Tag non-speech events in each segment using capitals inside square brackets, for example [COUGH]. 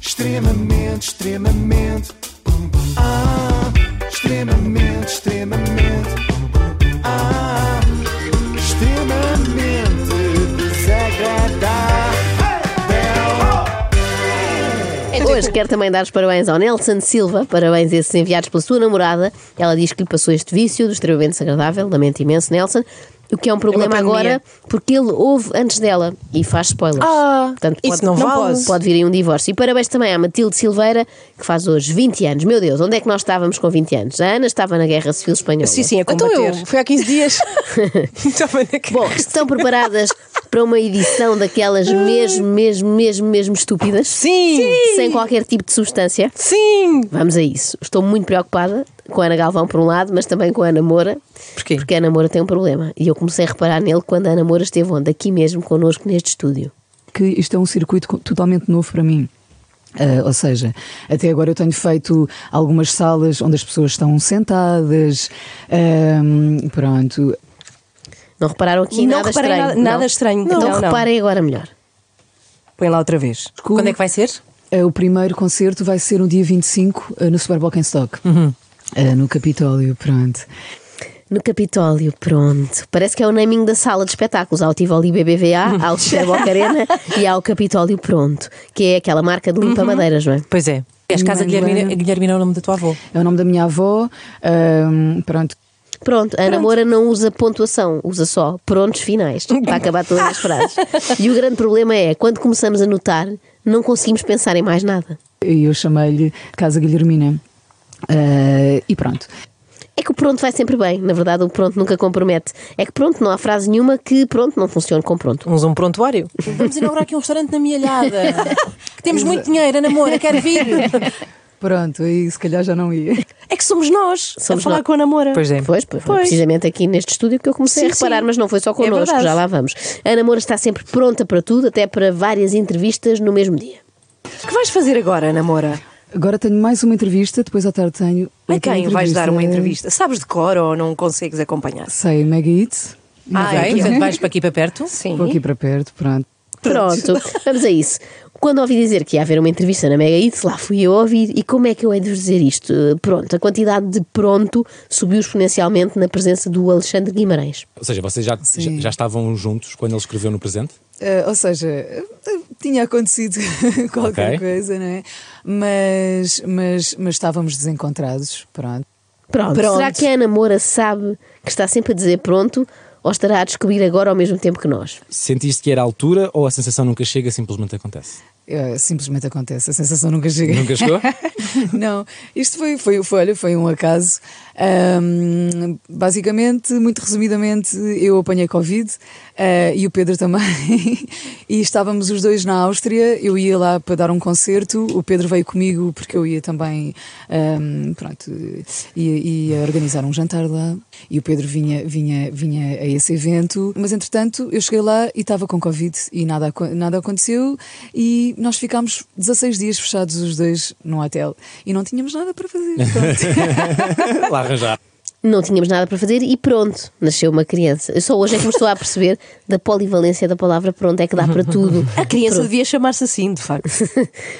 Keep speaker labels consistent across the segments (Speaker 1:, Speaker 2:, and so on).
Speaker 1: Extremamente, extremamente. Ah, extremamente, extremamente. Ah, extremamente desagradável.
Speaker 2: É
Speaker 3: Hoje quero também dar os parabéns ao Nelson Silva, parabéns esses enviados pela sua namorada. Ela diz que lhe passou este vício do extremamente desagradável, lamento imenso, Nelson. O que é um problema
Speaker 2: pandemia.
Speaker 3: agora, porque ele ouve antes dela e faz spoilers.
Speaker 2: Ah, isso não vale.
Speaker 3: pode, pode vir aí um divórcio. E parabéns também à Matilde Silveira, que faz hoje 20 anos. Meu Deus, onde é que nós estávamos com 20 anos? A Ana estava na Guerra Civil Espanhola.
Speaker 2: Sim, sim, a
Speaker 4: Então
Speaker 2: combater. Então, é
Speaker 4: eu, fui há
Speaker 2: [LAUGHS]
Speaker 4: 15 dias. Estava naquele.
Speaker 3: Bom, estão preparadas para uma edição daquelas mesmo, mesmo, mesmo, mesmo estúpidas?
Speaker 4: Sim!
Speaker 3: Sem qualquer tipo de substância?
Speaker 4: Sim!
Speaker 3: Vamos a isso. Estou muito preocupada com a Ana Galvão, por um lado, mas também com a Ana Moura.
Speaker 4: Porquê?
Speaker 3: Porque a Ana Moura tem um problema. E eu comecei a reparar nele quando a Ana Moura esteve onde? Aqui mesmo, connosco, neste estúdio.
Speaker 5: que isto é um circuito co- totalmente novo para mim. Ah, ou seja, até agora eu tenho feito algumas salas onde as pessoas estão sentadas, ahm, pronto.
Speaker 3: Não repararam aqui
Speaker 2: Não
Speaker 3: nada
Speaker 2: reparei
Speaker 3: estranho?
Speaker 2: nada- nada estranho.
Speaker 3: Então
Speaker 2: Não, não.
Speaker 3: reparem agora melhor.
Speaker 2: Põe lá outra vez. Quando é que vai ser?
Speaker 5: Ah, o primeiro concerto vai ser no dia 25 ah, no Super Stock,
Speaker 4: Uhum.
Speaker 5: no Capitólio, pronto.
Speaker 3: No Capitólio, pronto. Parece que é o naming da sala de espetáculos. Há o Tivoli BBVA, há o Starbuck Arena
Speaker 2: [LAUGHS]
Speaker 3: e há o Capitólio Pronto, que é aquela marca de limpa-madeiras, não é?
Speaker 2: Pois é. És casa
Speaker 5: Minha
Speaker 2: Guilhermina,
Speaker 5: mãe-
Speaker 2: Guilhermina é o nome do teu avô.
Speaker 5: É o nome da minha avó, ahm, pronto.
Speaker 3: Pronto, a Ana Moura não usa pontuação, usa só prontos finais, para acabar todas as frases. E o grande problema é, quando começamos a notar, não conseguimos pensar em mais nada.
Speaker 5: E eu chamei-lhe Casa Guilhermina. Ah, e pronto.
Speaker 3: É que o pronto vai sempre bem, na verdade o pronto nunca compromete. É que pronto, não há frase nenhuma que pronto não funcione com pronto.
Speaker 2: Uns um prontuário. Vamos inaugurar aqui um restaurante na Mialhada. Que temos muito dinheiro, Ana Moura, quer vir.
Speaker 5: Pronto, aí se calhar já não ia.
Speaker 4: [LAUGHS] É que somos nós
Speaker 3: Somos
Speaker 4: a falar
Speaker 3: nós.
Speaker 4: com a namora.
Speaker 2: Pois é.
Speaker 3: Pois, pois, foi
Speaker 4: Pois.
Speaker 3: precisamente aqui neste estúdio que eu comecei a
Speaker 4: Sim,
Speaker 3: reparar,
Speaker 4: sim.
Speaker 3: mas não foi só
Speaker 4: É
Speaker 3: connosco,
Speaker 4: verdade.
Speaker 3: já lá vamos. A Ana Moura está sempre pronta para tudo, até para várias entrevistas no mesmo dia.
Speaker 4: O que vais fazer agora, namora?
Speaker 5: Agora tenho mais uma entrevista, depois à tarde tenho.
Speaker 4: A
Speaker 5: outra
Speaker 4: quem vais dar uma entrevista? Sabes de cor ou não consegues acompanhar?
Speaker 5: Sei, Mega Eats.
Speaker 4: Ah,
Speaker 2: Ok,
Speaker 4: é?
Speaker 2: portanto, vais para aqui para perto.
Speaker 4: Sim.
Speaker 5: Vou aqui para perto, pronto.
Speaker 3: Pronto, vamos a isso. Quando ouvi dizer que ia haver uma entrevista na Mega Hits, lá fui eu ouvir. E como é que eu hei de vos dizer isto? Eh, Pronto, a quantidade de pronto subiu exponencialmente na presença do Alexandre Guimarães.
Speaker 6: Ou seja, vocês já, já, já estavam juntos quando ele escreveu no presente?
Speaker 5: Eh, ou seja, eh, tinha acontecido [LAUGHS] qualquer
Speaker 6: Ok.
Speaker 5: coisa, não é? Mas, mas, mas estávamos desencontrados, pronto.
Speaker 3: Pronto.
Speaker 4: Pronto.
Speaker 3: será que a Ana Moura sabe que está sempre a dizer pronto ou estará a descobrir agora ao mesmo tempo que nós?
Speaker 6: Sentiste que era a altura ou a sensação nunca chega, simplesmente acontece?
Speaker 5: Eh, simplesmente acontece, a sensação nunca chega. [LAUGHS]
Speaker 6: Nunca chegou?
Speaker 5: não, isto foi, foi, foi, olha, foi um acaso. Ahm, basicamente, muito resumidamente, eu apanhei Covid eh, e o Pedro também. [LAUGHS] e estávamos os dois na Áustria. Eu ia lá para dar um concerto, o Pedro veio comigo porque eu ia também, ahm, pronto, ia, ia organizar um jantar lá. E o Pedro vinha, vinha, vinha a esse evento. Mas entretanto, eu cheguei lá e estava com Covid e nada, aco- nada aconteceu. E nós ficámos 16 dias fechados os dois num hotel e não tínhamos nada para fazer. Pronto.
Speaker 6: Lá arranjar.
Speaker 3: Não tínhamos nada para fazer e pronto, nasceu uma criança. Eu só hoje é que me estou a perceber da polivalência da palavra pronto, é que dá [LAUGHS] para tudo.
Speaker 4: A criança devia chamar-se assim, de facto.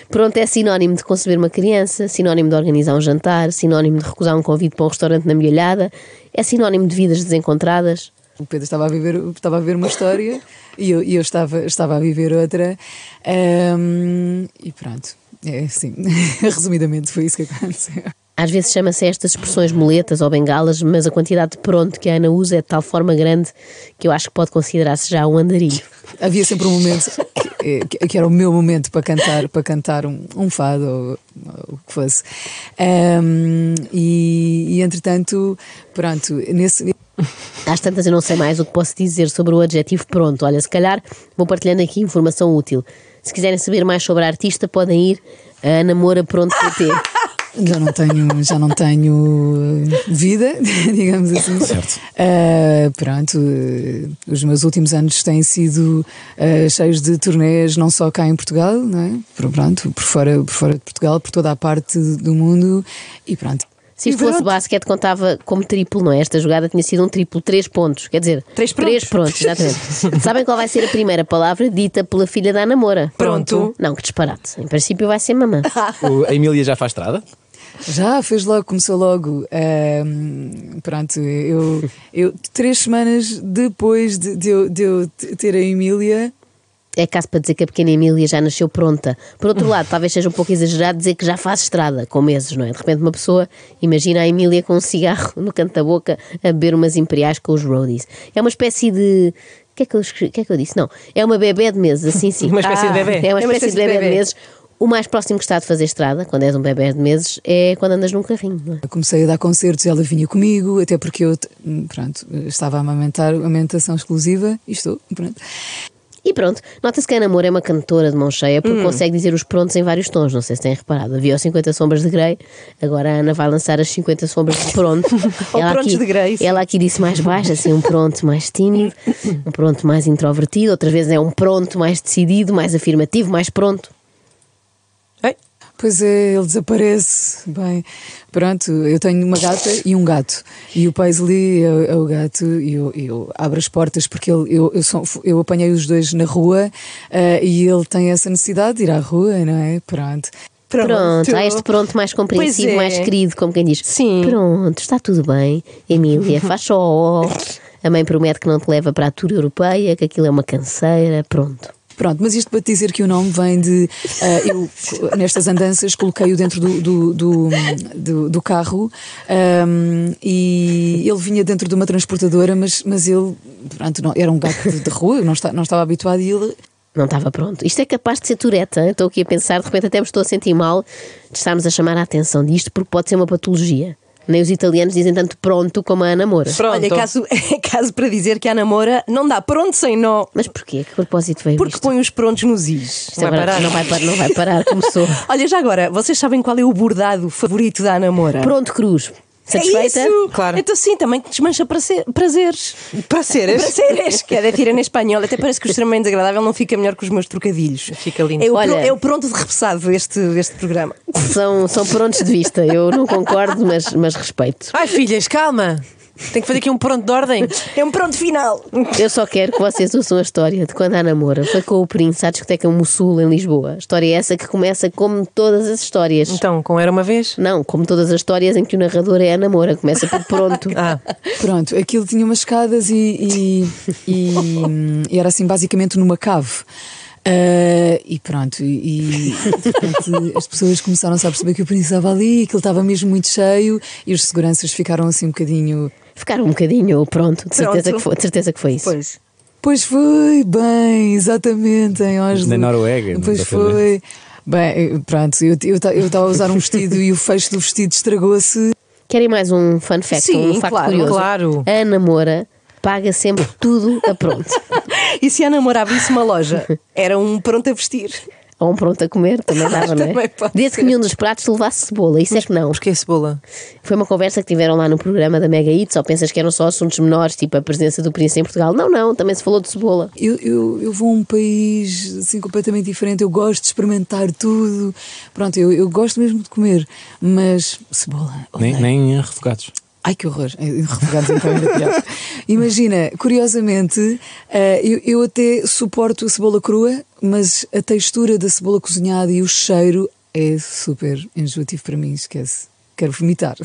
Speaker 3: Pronto, é sinónimo de conceber uma criança, sinónimo de organizar um jantar, sinónimo de recusar um convite para um restaurante na milhada, é sinónimo de vidas desencontradas.
Speaker 5: o Pedro estava a viver, estava a viver uma história e eu, e eu estava, estava a viver outra. Ahm, e pronto, é assim. [LAUGHS] Resumidamente, foi isso que aconteceu.
Speaker 3: Às vezes chama-se a estas expressões muletas ou bengalas, mas a quantidade de pronto que a Ana usa é de tal forma grande que eu acho que pode considerar-se já um andarilho.
Speaker 5: Havia sempre um momento eh, que, que era o meu momento para cantar, para cantar um, um fado ou, ou o que fosse. Ahm, e, e entretanto, pronto, nesse,
Speaker 3: Às tantas eu não sei mais o que posso dizer sobre o adjetivo pronto. Olha, se calhar vou partilhando aqui informação útil. Se quiserem saber mais sobre a artista, podem ir a anamora.pt.
Speaker 5: Já não tenho, já não tenho eh, vida, [LAUGHS] digamos assim.
Speaker 6: Certo.
Speaker 5: Eh, pronto, eh, os meus últimos anos têm sido eh, cheios de turnês, não só cá em Portugal, não é? Por, pronto, por fora, por fora de Portugal, por toda a parte do mundo e pronto.
Speaker 3: Se isto fosse basquete, contava como triplo, não é? Esta jogada tinha sido um triplo, três pontos. Quer dizer,
Speaker 4: Três
Speaker 3: Três
Speaker 4: prontos.
Speaker 3: prontos,
Speaker 4: [LAUGHS]
Speaker 3: exatamente. Sabem qual vai ser a primeira palavra dita pela filha da namora?
Speaker 4: Pronto.
Speaker 3: Não, que disparate. Em princípio vai ser mamã.
Speaker 6: O- a Emília já faz estrada?
Speaker 5: Já, fez logo, começou logo. Ahm, pronto, eu, eu. Três semanas depois de, de eu, de eu te- ter a Emília.
Speaker 3: É caso para dizer que a pequena Emília já nasceu pronta. Por outro [LAUGHS] lado, talvez seja um pouco exagerado dizer que já faz estrada, com meses, não é? De repente, uma pessoa imagina a Emília com um cigarro no canto da boca a beber umas imperiais com os roadies. É uma espécie de. O que, é que eu escre- o que é que eu disse? Não, é uma bebê de meses, assim sim.
Speaker 6: Uma espécie de bebé.
Speaker 3: É [LAUGHS] uma espécie, de bebê, de meses. O mais próximo que está de fazer estrada, quando és um bebê de meses, é quando andas num carrinho, não é?
Speaker 5: Eu Comecei a dar concertos, ela vinha comigo, até porque eu te- pronto, estava a amamentar, amamentação exclusiva, e estou, pronto.
Speaker 3: E pronto, nota-se que a Namor é uma cantora de mão cheia
Speaker 4: Hum.
Speaker 3: porque consegue dizer os prontos em vários tons. Não sei se têm reparado. Havia os 50 Sombras de Grey, agora a Ana vai lançar as 50 Sombras de
Speaker 4: [LAUGHS]
Speaker 3: Pronto.
Speaker 4: Ou Prontos
Speaker 3: aqui,
Speaker 4: de Grey, sim.
Speaker 3: Ela aqui disse mais baixo, assim, um pronto mais tímido, um pronto mais introvertido. Outra vez é um pronto mais decidido, mais afirmativo, mais pronto.
Speaker 5: Pois é, ele desaparece. Bem, pronto, eu tenho uma gata e um gato. E o Paisley é, o- é o gato e eu, eu abro as portas porque ele, eu, eu, sou- eu apanhei os dois na rua eh, e ele tem essa necessidade de ir à rua, não é? Pronto.
Speaker 3: Pronto, há este pronto mais compreensivo,
Speaker 4: Pois é.
Speaker 3: mais querido, como quem diz.
Speaker 4: Sim.
Speaker 3: Pronto, está tudo bem,
Speaker 4: [LAUGHS]
Speaker 3: Emília, faz só. ó. A mãe promete que não te leva para a tour europeia, que aquilo é uma canseira, pronto.
Speaker 5: Pronto, mas isto para te dizer que o nome vem de. ah, eu, co- nestas andanças, coloquei-o dentro do, do, do, do- do carro ahm, e ele vinha dentro de uma transportadora, mas, mas ele. Pronto, não, era um gato de, de rua, não, está, não estava habituado e ele.
Speaker 3: Não estava pronto. Isto é capaz de ser tureta. hein? Estou aqui a pensar, de repente até me estou a sentir mal de estarmos a chamar a atenção disto, porque pode ser uma patologia. Nem os italianos dizem tanto pronto como a Ana Moura.
Speaker 4: Pronto. Olha, caso, [LAUGHS] é caso para dizer que a namora não dá pronto sem nó.
Speaker 3: Mas porquê? Que propósito veio
Speaker 4: Porque
Speaker 3: isto?
Speaker 4: põe os prontos nos is.
Speaker 3: Isto agora não vai parar, não vai parar, começou.
Speaker 4: Olha, já agora, vocês sabem qual é o bordado favorito da namora?
Speaker 3: Pronto, Cruz. Satisfeita?
Speaker 4: É isso.
Speaker 6: Claro.
Speaker 4: Então sim, também que desmancha prazer, prazeres.
Speaker 6: Para seres?
Speaker 4: Prazeres, que é de tirar em espanhol. Até parece que o extremamente desagradável não fica melhor que os meus trocadilhos.
Speaker 6: Fica lindo.
Speaker 4: É o,
Speaker 3: Olha-
Speaker 4: pro- é o pronto de repassado este, este programa.
Speaker 3: São, são prontos de vista. Eu não concordo, mas, mas respeito.
Speaker 7: Ai, filhas, calma. Tenho que fazer aqui um pronto de ordem.
Speaker 4: É um pronto final.
Speaker 3: Eu só quero que vocês ouçam a história de quando a namora foi com o Prince à discoteca Mossul, em Lisboa. História é essa que começa como todas as histórias.
Speaker 7: Então, como era uma vez?
Speaker 3: Não, como todas as histórias em que o narrador é a namora, começa por pronto.
Speaker 7: [LAUGHS] Ah,
Speaker 5: Pronto, aquilo tinha umas escadas e, e- e- e era assim basicamente numa cave. Ah, e pronto, e, e, de repente, as pessoas começaram a perceber que o príncipe estava ali, que ele estava mesmo muito cheio, e os seguranças ficaram assim um bocadinho.
Speaker 3: Ficaram um bocadinho pronto, de certeza,
Speaker 4: Pronto.
Speaker 3: Que, foi, de certeza que foi isso.
Speaker 4: Pois.
Speaker 5: Pois foi, bem, exatamente, em Oslo.
Speaker 6: Na Noruega,
Speaker 5: Pois
Speaker 6: exatamente.
Speaker 5: foi. Bem, eu- pronto, eu eu ta- eu estava a usar um vestido e o fecho do vestido estragou-se.
Speaker 3: Querem mais um fun fact,
Speaker 4: Sim,
Speaker 3: um facto
Speaker 4: claro,
Speaker 3: curioso?
Speaker 7: claro.
Speaker 3: A namora paga sempre tudo a
Speaker 7: [LAUGHS]
Speaker 3: pronto.
Speaker 4: E se a namora abrisse uma loja? Era um pronto a vestir.
Speaker 3: Ou um pronto a comer, também dava, não
Speaker 4: Também
Speaker 3: é?
Speaker 4: pode
Speaker 3: Desde que nenhum dos pratos levasse cebola, isso é que não.
Speaker 7: porque é cebola.
Speaker 3: Foi uma conversa que tiveram lá no programa da Mega Hits, ou pensas que eram só assuntos menores, tipo a presença do príncipe em Portugal? Não, não, também se falou de cebola.
Speaker 5: Eu, eu, eu vou a um país assim completamente diferente, eu gosto de experimentar tudo. Pronto, eu, eu gosto mesmo de comer, mas cebola. odeio.
Speaker 6: Nem, nem refogados.
Speaker 5: Ai que horror! Eh, refogados então ainda pior. Imagina, curiosamente, eh, eu, eu até suporto a cebola crua, mas a textura da cebola cozinhada e o cheiro é super enjoativo para mim, esquece. Quero vomitar.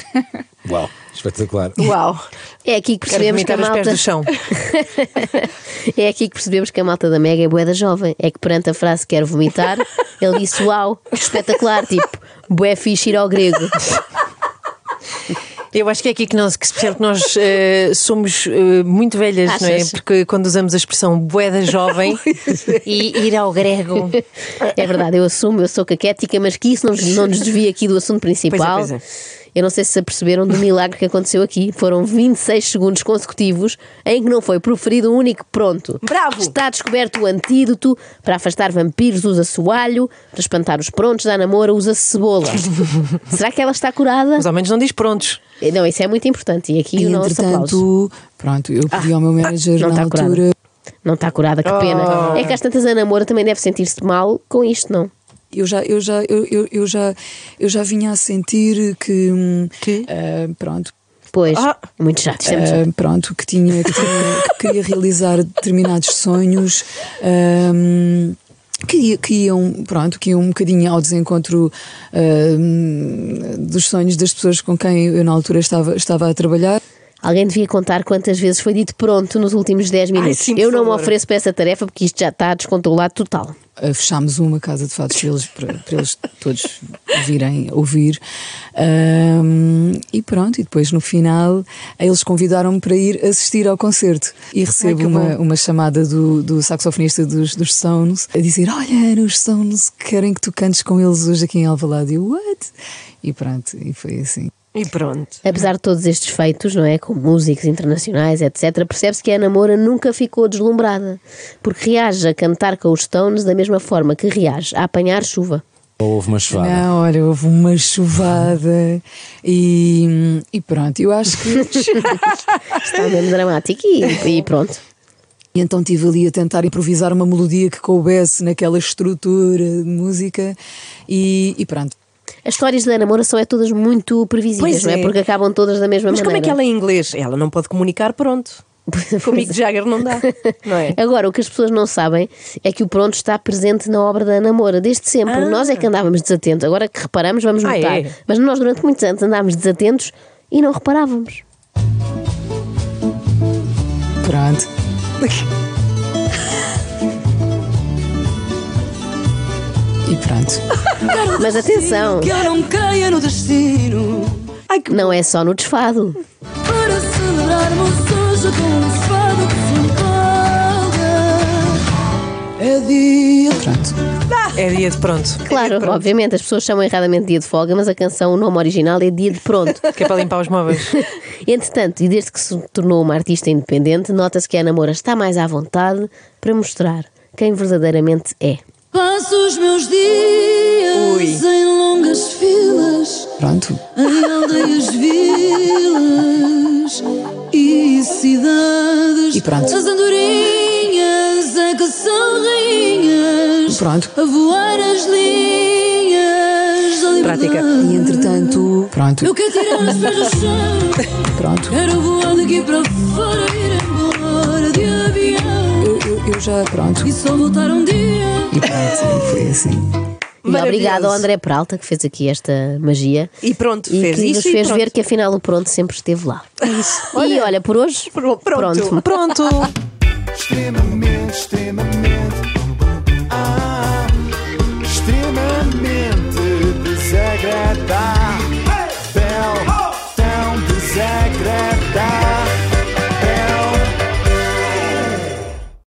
Speaker 6: Uau, espetacular.
Speaker 4: Uau.
Speaker 3: É aqui que
Speaker 7: Quero
Speaker 3: percebemos que a
Speaker 7: vomitar os pés
Speaker 3: malta.
Speaker 7: do chão.
Speaker 3: é aqui que percebemos que a malta da Mega é boeda jovem. É que perante a frase quero
Speaker 7: [LAUGHS]
Speaker 3: vomitar, ele disse uau, que espetacular, tipo, bué fixe ir ao grego.
Speaker 7: Eu acho que é aqui que, nós, que se percebe que nós eh, somos eh, muito velhas, não é?
Speaker 3: Achas?
Speaker 7: Porque quando usamos a expressão boeda jovem e ir ao grego.
Speaker 3: É verdade, eu assumo, eu sou caquética, mas que isso não, nos- não nos desvia aqui do assunto principal.
Speaker 7: Pois é,
Speaker 3: Eu não sei se se aperceberam do milagre que aconteceu aqui. Foram 26 segundos consecutivos em que não foi proferido um único pronto.
Speaker 4: Bravo!
Speaker 3: Está descoberto o antídoto para afastar vampiros, usa soalho, para espantar os prontos, dá namora, usa
Speaker 7: [LAUGHS]
Speaker 3: cebola. Será que ela está curada?
Speaker 7: Mas ao menos não diz prontos.
Speaker 3: Não, isso é muito importante. E aqui
Speaker 5: E
Speaker 3: o nosso aplauso. Ah,
Speaker 5: entretanto, pronto, eu pedi ao meu manager
Speaker 3: não
Speaker 5: na
Speaker 3: está curada.
Speaker 5: altura.
Speaker 3: tá
Speaker 4: Ah.
Speaker 3: Não está curada, que pena. É que às tantas a namora também deve sentir-se mal com isto, não?
Speaker 5: Eu já, eu já, eu, eu, eu já, eu já vinha a sentir que, hum, ah, pronto,
Speaker 3: Pois,
Speaker 4: Ah.
Speaker 3: é muito chato. isto é muito chato.
Speaker 5: ah, pronto, que tinha, que tinha- que queria realizar determinados sonhos. ahm, que, ia- que iam, pronto, que iam um bocadinho ao desencontro ahm, dos sonhos das pessoas com quem eu na altura estava, estava a trabalhar.
Speaker 3: Alguém devia contar quantas vezes foi dito pronto nos últimos 10 minutos.
Speaker 4: sim, por
Speaker 3: eu não me
Speaker 4: favor.
Speaker 3: ofereço para essa tarefa porque isto já está descontrolado total.
Speaker 5: Uh, fechámos uma casa de fados para eles, para, para eles todos virem ouvir. Ahm, e pronto, e depois no final eles convidaram-me para ir assistir ao concerto. E recebo uma, uma chamada do, do saxofonista dos, dos Stones a dizer: Olha, os Stones querem que tu cantes com eles hoje aqui em Alvalade. E eu, what? E pronto, e foi assim.
Speaker 4: E pronto.
Speaker 3: Apesar de todos estes feitos, não é? Com músicos internacionais, etc., percebe-se que a Ana Moura nunca ficou deslumbrada, porque reage a cantar com os Stones da mesma forma que reage a apanhar chuva.
Speaker 6: Ou houve uma chuvada.
Speaker 5: Não, olha, houve uma chuvada e, e pronto, eu acho que
Speaker 3: Está mesmo dramático e, e pronto.
Speaker 5: E então estive ali a tentar improvisar uma melodia que coubesse naquela estrutura de música e, e pronto.
Speaker 3: As histórias da Ana Moura são é todas muito previsíveis,
Speaker 4: Pois
Speaker 3: não é?
Speaker 4: é.
Speaker 3: Porque acabam todas da mesma
Speaker 4: Mas como
Speaker 3: maneira.
Speaker 4: é que ela
Speaker 3: [LAUGHS]
Speaker 4: é em inglês? Ela não pode comunicar, pronto. Com o Mick Jagger
Speaker 3: [LAUGHS]
Speaker 4: não dá, não é?
Speaker 3: é. Agora, o que as pessoas não sabem é que o pronto está presente na obra da Ana Moura desde sempre. Nós é que andávamos desatentos. Agora que reparamos, vamos
Speaker 4: Ah,
Speaker 3: notar.
Speaker 4: é?
Speaker 3: Mas nós, durante muitos anos, andámos desatentos e não reparávamos.
Speaker 5: Pronto. [LAUGHS] E pronto.
Speaker 3: Mas atenção,
Speaker 1: eu não caia no destino
Speaker 3: não é só no desfado.
Speaker 1: para celebrarmos hoje com um fado que se empolga. É dia.
Speaker 5: Pronto.
Speaker 7: É dia de pronto.
Speaker 3: Claro, obviamente, as pessoas chamam erradamente dia de folga, mas a canção, o nome original é dia de pronto.
Speaker 7: Que é para limpar os móveis.
Speaker 3: Entretanto, e desde que se tornou uma artista independente, nota-se que a Ana Moura está mais à vontade para mostrar quem verdadeiramente é.
Speaker 1: Passo os meus dias em longas filas,
Speaker 5: Pronto.
Speaker 1: em aldeias, vilas e cidades.
Speaker 5: E pronto.
Speaker 1: As andorinhas é que são rainhas,
Speaker 5: Pronto.
Speaker 1: a voar as linhas da
Speaker 4: Prática.
Speaker 1: liberdade.
Speaker 5: E entretanto.
Speaker 1: Eu
Speaker 5: Pronto.
Speaker 1: quero tirar os pés do chão,
Speaker 5: Pronto.
Speaker 1: quero voar daqui para fora, ir embora de avião
Speaker 5: Eu, eu- eu já. Pronto.
Speaker 1: e só voltar um dia.
Speaker 5: E pronto. E foi assim.
Speaker 3: E obrigado ao
Speaker 4: Maravilhoso.
Speaker 3: André Peralta, que fez aqui esta magia.
Speaker 4: E pronto,
Speaker 3: E
Speaker 4: fez
Speaker 3: que
Speaker 4: isso
Speaker 3: nos
Speaker 4: e
Speaker 3: fez
Speaker 4: pronto. É
Speaker 3: ver que afinal o pronto sempre esteve lá. E olha, por hoje,
Speaker 4: Pronto.
Speaker 3: pronto.
Speaker 4: Pronto.
Speaker 1: extremamente, Ah, extremamente.